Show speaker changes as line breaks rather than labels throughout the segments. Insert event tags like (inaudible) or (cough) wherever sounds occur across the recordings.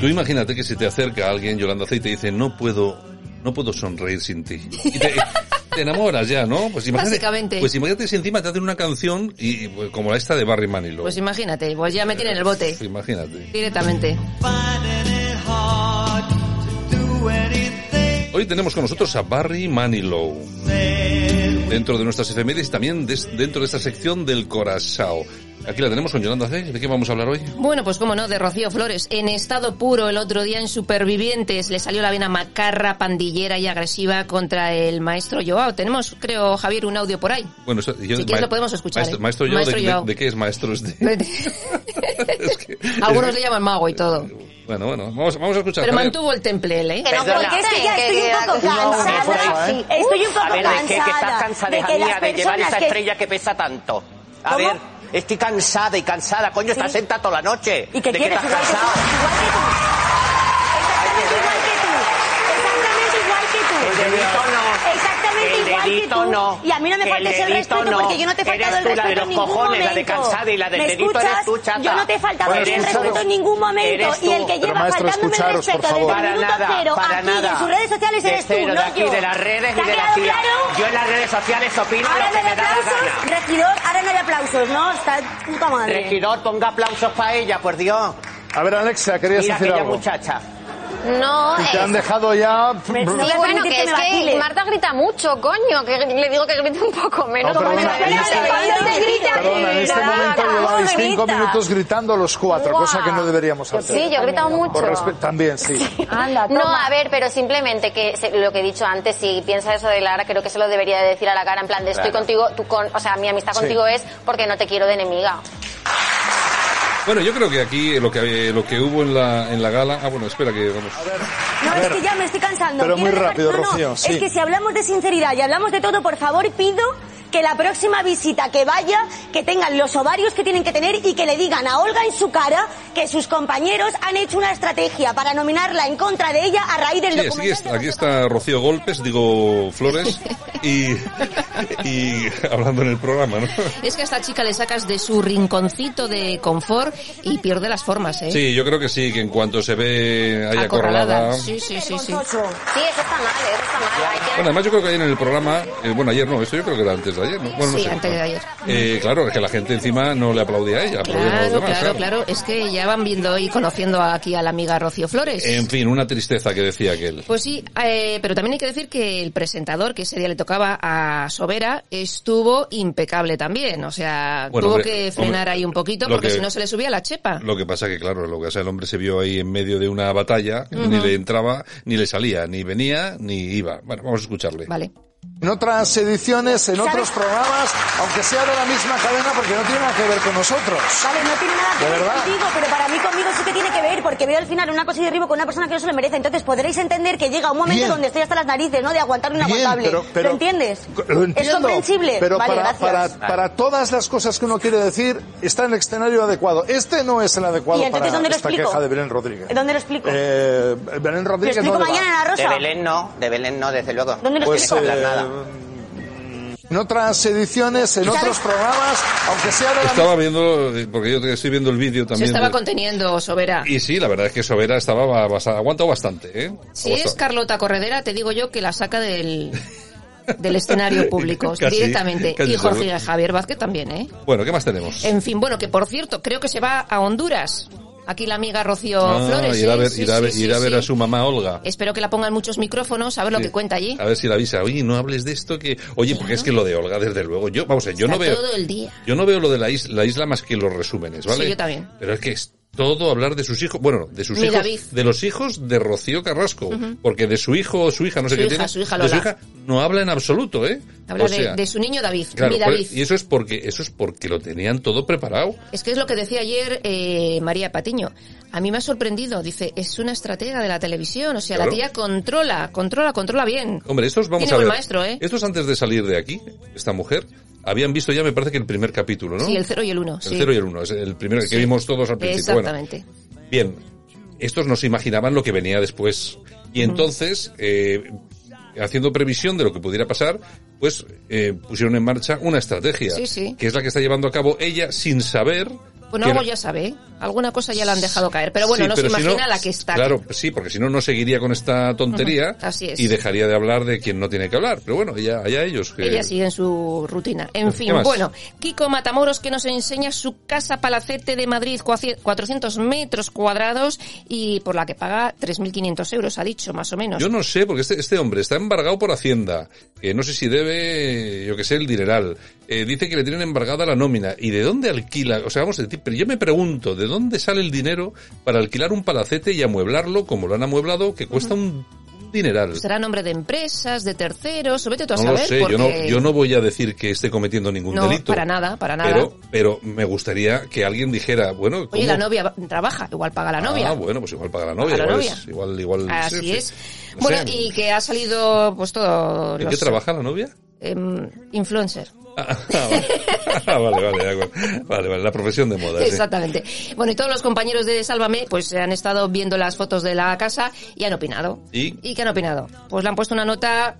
Tú imagínate que se te acerca alguien, Yolanda C, y te dice, no puedo, no puedo sonreír sin ti. Y te, (laughs) te enamoras ya, ¿no? Pues imagínate,
Básicamente.
Pues imagínate si encima te hacen una canción y pues, como esta de Barry Manilow.
Pues imagínate, pues ya me tienen el bote.
Imagínate.
Directamente.
Hoy tenemos con nosotros a Barry Manilow. Dentro de nuestras efemérides y también des- dentro de esta sección del Corazao. Aquí la tenemos con Yolanda C. ¿De qué vamos a hablar hoy?
Bueno, pues cómo no, de Rocío Flores. En estado puro el otro día en Supervivientes le salió la vena macarra, pandillera y agresiva contra el maestro Joao. Tenemos, creo, Javier, un audio por ahí.
Bueno, eso- yo-
Si quieres lo podemos escuchar,
Maestro,
¿eh?
maestro Yao,
Maestro
de,
Yao.
de- de qué es maestro este? (laughs) Es que-
Algunos le llaman mago y todo.
Bueno, bueno, vamos, vamos a escuchar.
Pero
Javier.
mantuvo el temple él, ¿eh?
Que no,
Perdona.
porque es que ya
Sí,
estoy
que
un poco
ya- no,
cansada.
por favor.
Sí, estoy un poco
A ver,
cansada.
¿de qué? Que estás cansada, hija mía, de llevar
personas
esa
que-
estrella que pesa tanto. A
¿Cómo?
ver, estoy cansada y cansada. Coño, estás sentada toda la noche.
¿Y que
¿De
quieres?
qué
igual
estás
que tú,
cansada?
igual que tú. Exactamente igual que tú. Exactamente igual que tú.
El dedito no.
Exactamente
El
igual que
dedito
tú.
no.
Y a mí no me
El
faltes el,
dedito
respeto
no.
porque yo no te he
Eres
faltado el
tú la de
respeto
los
en ningún
cojones, la de
momento.
cansada y la del
¿Me
dedito eres
escuchas?
tú, chata.
Yo no te he faltado
Bueno,
el
escucharos.
respeto en ningún momento.
Eres tú.
Y el que
Pero,
lleva
maestro,
faltándome el
escucharos, por
respeto desde el
favor.
Para
minuto
nada,
cero
para
aquí
nada.
en sus redes sociales
De
eres
cero,
tú,
de
no
aquí,
yo.
de las redes
¿Te
y
ha
de la
quedado
tía.
claro?
Yo en las redes sociales opino
Ahora
lo
no
que
hay
me da la
aplausos,
gana.
regidor, ahora no hay aplausos, ¿no? Está de puta madre.
Regidor, ponga aplausos para ella, por Dios.
A ver, Alexa, querías
Mira
decir
aquella
algo.
muchacha.
No,
Y te han
es...
dejado ya...
Me-
Sí,
No voy a
bueno,
permitir
que
que
es
me
que
vacile.
Marta grita mucho, coño, que le digo que grite un poco menos.
No, perdona,
Porque-
en este-
Cuando se grita,
Perdona, en este
grita.
momento
¿cómo
lleváis cinco
grita?
minutos gritando los cuatro,
Guau.
cosa que no deberíamos
Pues
hacer.
Sí, yo he gritado mucho.
Por respe- También, sí.
Anda, no, a ver, pero simplemente que se- lo que he dicho antes, si piensa eso de Lara, creo que se lo debería de decir a la cara, en plan de estoy contigo, tú con, o sea, mi amistad
Sí.
contigo es porque no te quiero de enemiga.
Bueno, yo creo que aquí eh, lo que, lo que hubo en la, en la gala. Ah, bueno, espera que vamos.
No,
A
es
ver,
que ya me estoy cansando.
pero
Quiero
muy rápido,
no, no,
Rocío, sí.
Es que si hablamos de sinceridad y hablamos de todo, por favor, pido que la próxima visita que vaya, que tengan los ovarios que tienen que tener y que le digan a Olga en su cara que sus compañeros han hecho una estrategia para nominarla en contra de ella a raíz del
Sí,
documental.
aquí está, aquí está Rocío Golpes, digo Flores, y, y hablando en el programa, ¿no?
Es que a esta chica le sacas de su rinconcito de confort y pierde las formas, ¿eh?
Sí, yo creo que sí, que en cuanto se ve ahí acorralada.
Sí, sí, sí, sí.
Sí, eso está mal, eso está mal. Hay que-
Bueno, además yo creo que ayer en el programa, eh, bueno, ayer no, eso yo creo que era antes de ayer, ¿no? Bueno, no
Sí,
sé.
antes de ayer.
Eh, claro, es que la gente encima no le aplaudía a ella, aplaudían a los
Claro,
demás,
claro, claro. Es que ya van viendo y conociendo aquí a la amiga Rocío Flores.
En fin, una tristeza que decía aquel.
Pues sí, eh, pero también hay que decir que el presentador, que ese día le tocaba a Sobera, estuvo impecable también. O sea,
Bueno,
tuvo
hombre,
que frenar
hombre,
ahí un poquito
lo
porque
que-
si no se le subía la chepa.
Lo que pasa que, claro, lo que o sea, el hombre se vio ahí en medio de una batalla, ni le entraba, ni le salía, ni venía, ni iba. Bueno, vamos a escucharle.
Vale.
En otras ediciones, en
¿Sabes?
otros programas, aunque sea de la misma cadena, porque no tiene nada que ver con nosotros.
Vale, no tiene nada que
¿De
ver
verdad?
contigo, pero para mí conmigo sí que tiene que ver, porque veo al final una cosa y derribo con una persona que no se lo merece. Entonces podréis entender que llega un momento
Bien.
donde estoy hasta las narices, ¿no? De aguantar un
Bien,
inaguantable.
pero- pero-
¿Lo entiendes?
Lo entiendo,
Es comprensible.
Pero
vale,
para,
gracias.
para- para todas las cosas que uno quiere decir, está en el escenario adecuado. Este no es el adecuado
¿Y entonces
para
dónde lo
esta
explico?
queja de Belén Rodríguez.
¿Dónde lo explico?
Eh, Belén
Lo
Rodríguez
explico
no le va.
mañana en la
De
rosa.
Belén no, de Belén no, desde luego.
¿Dónde lo
Pues,
explico?
eh, mm,
nada.
En otras ediciones, en
¿Sabes?
otros programas, aunque sea de la
Estaba viendo, eh, porque yo te- estoy viendo el vídeo
Se
también.
estaba
de-
conteniendo Sobera.
Y sí, la verdad es que Sobera estaba ba- basa- ha aguantado bastante, ¿eh?
Si
Ha
es
aguantado.
Carlota Corredera, te digo yo que la saca del,
(laughs)
del escenario público
Casi,
directamente.
casi
y Jorge
seguro.
Javier Vázquez también, ¿eh?
Bueno, ¿qué más tenemos?
En fin, bueno, que por cierto, creo que se va a Honduras. Aquí la amiga Rocío
Ah,
Flores.
ir a
¿eh?
ver,
Sí,
ir a
sí,
ver,
sí,
ir a, ver
sí.
a su mamá Olga.
Espero que la pongan muchos micrófonos, a ver lo
Sí.
que cuenta allí.
A ver si la avisa. Oye, no hables de esto que... Oye, porque es que lo de Olga, desde luego, yo, vamos a ver, yo
Está
no veo...
todo el día.
Yo no veo lo de la isla, la isla más que los resúmenes, ¿vale?
Sí, yo también.
Pero es que es todo hablar de sus hijos, bueno, de sus
Mi
hijos,
David.
de los hijos de Rocío Carrasco, porque de su hijo o su hija, no sé
Su
qué
hija,
tiene,
su hija
de su
Lola.
hija no habla en absoluto, ¿eh?
Habla
O
de-
sea,
de, su niño David,
claro,
mi
por-
David.
y eso es porque eso es porque lo tenían todo preparado.
Es que es lo que decía ayer eh, María Patiño. A mí me ha sorprendido. Dice, es una estratega de la televisión. O sea,
Claro.
la tía controla, controla, controla bien.
Hombre, estos vamos
Tiene
a
buen
ver.
maestro, ¿eh?
Estos antes de salir de aquí, esta mujer, habían visto ya me parece que el primer capítulo, ¿no?
Sí, el 0 y el 1.
El 0 y el 1, es el primero que vimos todos al principio. Bueno,
Exactamente.
Bien, estos no se imaginaban lo que venía después. Y entonces, eh, haciendo previsión de lo que pudiera pasar, pues eh, pusieron en marcha una estrategia,
Sí, sí.
que es la que está llevando a cabo ella sin saber
Bueno,
Que
algo
no-
ya sabe, ¿eh? alguna cosa ya la han dejado caer, pero bueno,
Sí,
no
pero
se
si
imagina
no-
la que está.
Claro, pues sí, porque si no, no seguiría con esta tontería
Ujú, así es.
y dejaría de hablar de quien no tiene que hablar. Pero bueno, ya, ya ellos. Que...
Ella sigue en su rutina. En
¿Qué
fin,
más?
bueno, Kiko Matamoros que nos enseña su casa palacete de Madrid, cuaci- 400 metros cuadrados y por la que paga 3.500 euros, ha dicho, más o menos.
Yo no sé, porque este, este hombre está embargado por Hacienda. que no sé si debe, yo que sé, el dineral. Eh, dice que le tienen embargada la nómina. ¿Y de dónde alquila? O sea, vamos a decir, pero yo me pregunto, ¿de dónde sale el dinero para alquilar un palacete y amueblarlo como lo han amueblado, que cuesta un un dineral?
Será nombre de empresas, de terceros, o vete tú a
No lo
saber.
sé, yo, no,
porque-
yo no voy a decir que esté cometiendo ningún
No,
delito.
para nada, para nada.
Pero, pero me gustaría que alguien dijera, bueno, ¿cómo?
Oye, la novia va- trabaja, igual paga la novia.
Ah, bueno, pues igual paga la novia.
Paga la
igual,
novia.
Es, igual, igual.
Así
sí, sí.
es.
No
bueno,
sé,
y que ha salido, pues todo.
¿En qué trabaja la novia?
influencer.
Ah, vale. (laughs) Ah, vale, vale, de acuerdo. vale, vale, la profesión de moda. sí.
Exactamente. Bueno, y todos los compañeros de Sálvame, pues han estado viendo las fotos de la casa y han opinado.
¿Y?
qué han opinado? Pues le han puesto una nota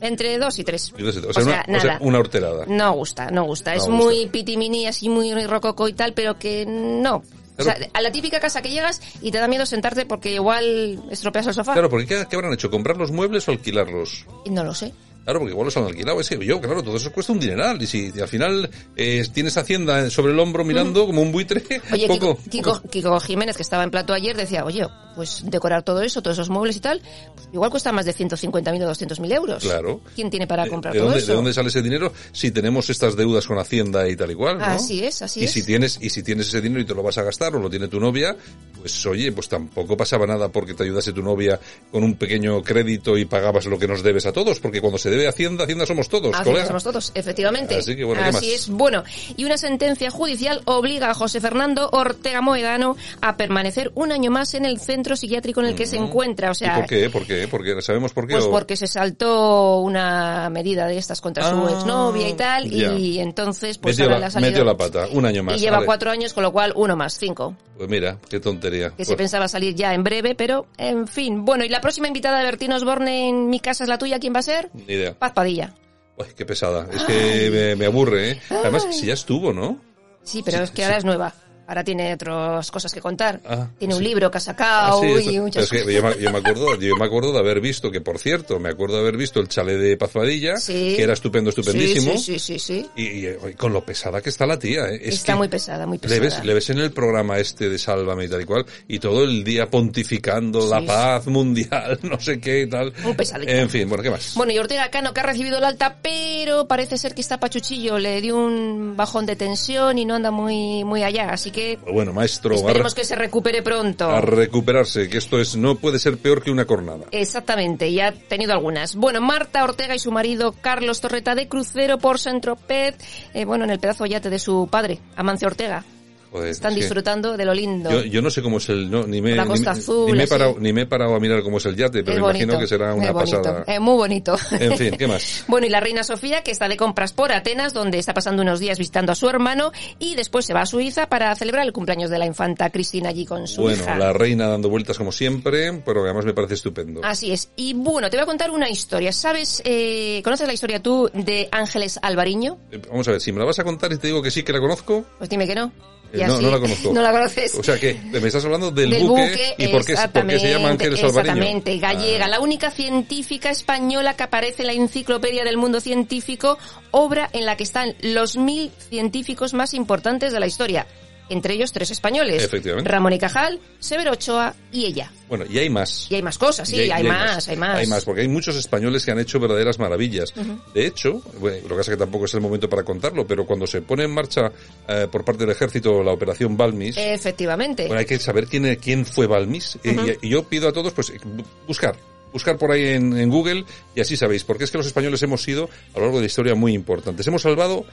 entre dos y tres.
Y dos y tres. O sea, una- o sea, una horterada.
No gusta, no gusta.
No
es
gusta.
muy pitimini, así muy rococó y tal, pero que no. O sea, a la típica casa que llegas y te da miedo sentarte porque igual estropeas el sofá.
Claro, porque ¿qué, qué habrán hecho? ¿Comprar los muebles o alquilarlos?
Y No lo sé.
Claro, porque igual los han alquilado. Es que yo, claro, todo eso cuesta un dineral. Y si al final eh, tienes Hacienda sobre el hombro mirando como un buitre,
Oye,
(laughs) poco.
Kiko, Kiko- Kiko Jiménez, que estaba en plato ayer, decía, oye, pues decorar todo eso, todos esos muebles y tal, pues igual cuesta más de 150.000 o 200.000 euros.
Claro.
¿Quién tiene para comprar
¿De
todo
dónde,
eso?
de dónde sale ese dinero si tenemos estas deudas con Hacienda y tal y cual? ¿no?
Así es, así
y
es.
Si tienes, y si tienes ese dinero y te lo vas a gastar o lo tiene tu novia, pues oye, pues tampoco pasaba nada porque te ayudase tu novia con un pequeño crédito y pagabas lo que nos debes a todos, porque cuando se debe Hacienda, Hacienda somos todos,
Así
colega.
Ah, somos todos, efectivamente.
Así que, bueno, ¿qué
Así
más?
es. Bueno, y una sentencia judicial obliga a José Fernando Ortega Moedano a permanecer un año más en el centro psiquiátrico en el que se encuentra. O
¿Y
sea,
por qué? ¿Por qué? Porque sabemos por qué.
Pues
o-
porque se saltó una medida de estas contra su
Ah,
exnovia y tal, y
ya.
entonces pues
Metió
ahora
la-
le ha salido-
metió la pata, un año más,
Y lleva
vale.
cuatro años, con lo cual uno más, cinco.
Pues mira, qué tontería.
Que se
Pues-
pensaba salir ya en breve, pero en fin. Bueno, y la próxima invitada de Bertín Osborne en Mi Casa es la tuya, ¿quién va a ser?
Ni idea.
Paz Padilla.
Uy, qué pesada. Es que me, me aburre, ¿eh? Además, si ya estuvo, ¿no?
Sí, pero es que ahora es nueva. Ahora tiene otras cosas que contar.
Ah,
tiene un
sí.
libro que ha
Ah,
sacado
sí,
y
esto-
muchas
es que yo, me, yo me acuerdo, yo me acuerdo de haber visto, que por cierto, me acuerdo de haber visto el chalet de Pazvadilla,
Sí.
que era estupendo, estupendísimo.
Sí, sí, sí, sí, sí.
Y, y, eh, oye, con lo pesada que está la tía, ¿eh? Es
Está
que
muy pesada, muy pesada.
Le ves, le ves en el programa este de Sálvame y tal y cual, y todo el día pontificando
Sí,
la
sí.
paz mundial, (laughs) no sé qué y tal.
Muy pesadita.
En fin, bueno, ¿qué más?
Bueno, y Ortega Cano que ha recibido el alta, pero parece ser que está pachuchillo, le dio un bajón de tensión y no anda muy muy allá, así que
Pues bueno, maestro, a,
esperemos
re-
que se recupere pronto.
a recuperarse, que esto es, no puede ser peor que una cornada.
Exactamente, y ha tenido algunas. Bueno, Marta Ortega y su marido Carlos Torreta de crucero por Saint-Tropez, eh, bueno, en el pedazo yate de su padre, Amancio Ortega.
Joder,
Están
es que-
disfrutando de lo lindo.
Yo, yo no sé cómo es el... No, ni me,
La
ni
Costa
me-
Azul,
ni me he
así.
parado, ni me he parado a mirar cómo es el yate, pero
Es
me imagino
bonito,
que será
es
una
bonito,
pasada.
Es muy bonito.
En fin, ¿qué
(laughs)
más?
bueno, y la reina Sofía, que está de compras por Atenas, donde está pasando unos días visitando a su hermano, y después se va a Suiza para celebrar el cumpleaños de la infanta Cristina allí con su
Bueno,
hija.
la reina dando vueltas como siempre, pero además me parece estupendo.
Así es. Y bueno, te voy a contar una historia. ¿Sabes, eh, conoces la historia tú de Ángeles Alvariño?
Eh, Vamos a ver, si me la vas a contar y te digo que sí que la conozco,
Pues dime que no.
eh,
Y
no,
así-
no la conozco.
(laughs) No la conoces.
O sea que eh, me estás hablando del,
del
buque,
buque,
y por qué, por qué se llama Ángeles Alvariño.
Exactamente, gallega,
Ah,
la única científica española que aparece en la enciclopedia del mundo científico, obra en la que están los mil científicos más importantes de la historia, entre ellos tres españoles,
Efectivamente.
Ramón y Cajal, Severo Ochoa y ella.
Ah, Bueno, y hay más.
Y hay más cosas, sí,
Y
hay, más, hay más.
Hay más, porque hay muchos españoles que han hecho verdaderas maravillas. De hecho, bueno, lo que pasa es que tampoco es el momento para contarlo, pero cuando se pone en marcha eh, por parte del ejército la operación Balmis,
Efectivamente.
bueno, hay que saber quién, quién fue Balmis. Eh, y, y yo pido a todos, pues, bu- buscar. Buscar por ahí en, en Google y así sabéis, porque es que los españoles hemos sido, a lo largo de la historia, muy importantes. Hemos salvado,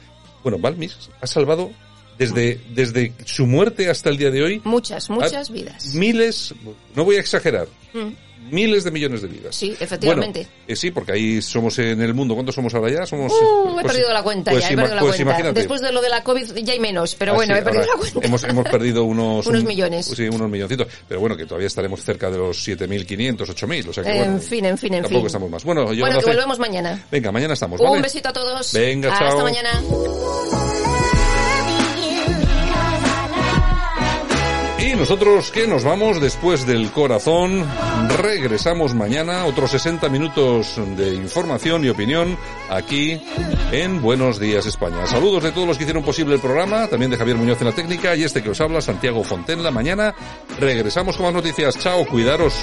bueno, Balmis ha salvado desde, desde su muerte hasta el día de hoy.
Muchas, muchas
Ah,
vidas.
Miles, no voy a exagerar,
Mm.
miles de millones de vidas.
Sí, efectivamente.
Bueno, eh, sí, porque ahí somos en el mundo. ¿Cuántos somos ahora ya? Somos.
Uh, he
pues,
perdido la cuenta
pues
ya, he
ima-
perdido la
pues
cuenta.
imagínate.
Después de lo de la COVID ya hay menos, pero bueno,
Ah, sí,
he perdido
ahora
la cuenta.
Hemos, hemos perdido unos...
Unos
un-
millones.
Sí, unos milloncitos. Pero bueno, que todavía estaremos cerca de los 7.500, 8.000. O sea que,
En
bueno,
fin, en fin, en
Tampoco
fin.
estamos más. Bueno, yo
bueno,
no
que
sé.
volvemos mañana.
Venga, mañana estamos, ¿vale?
Un besito a todos.
Venga,
Hasta
chao.
mañana.
Cause I love you.
Y nosotros que nos vamos después del corazón, regresamos mañana, otros 60 minutos de información y opinión aquí en Buenos Días España. Saludos de todos los que hicieron posible el programa, también de Javier Muñoz en la técnica y este que os habla, Santiago Fontenla. Mañana regresamos con más noticias. Chao, cuidaros.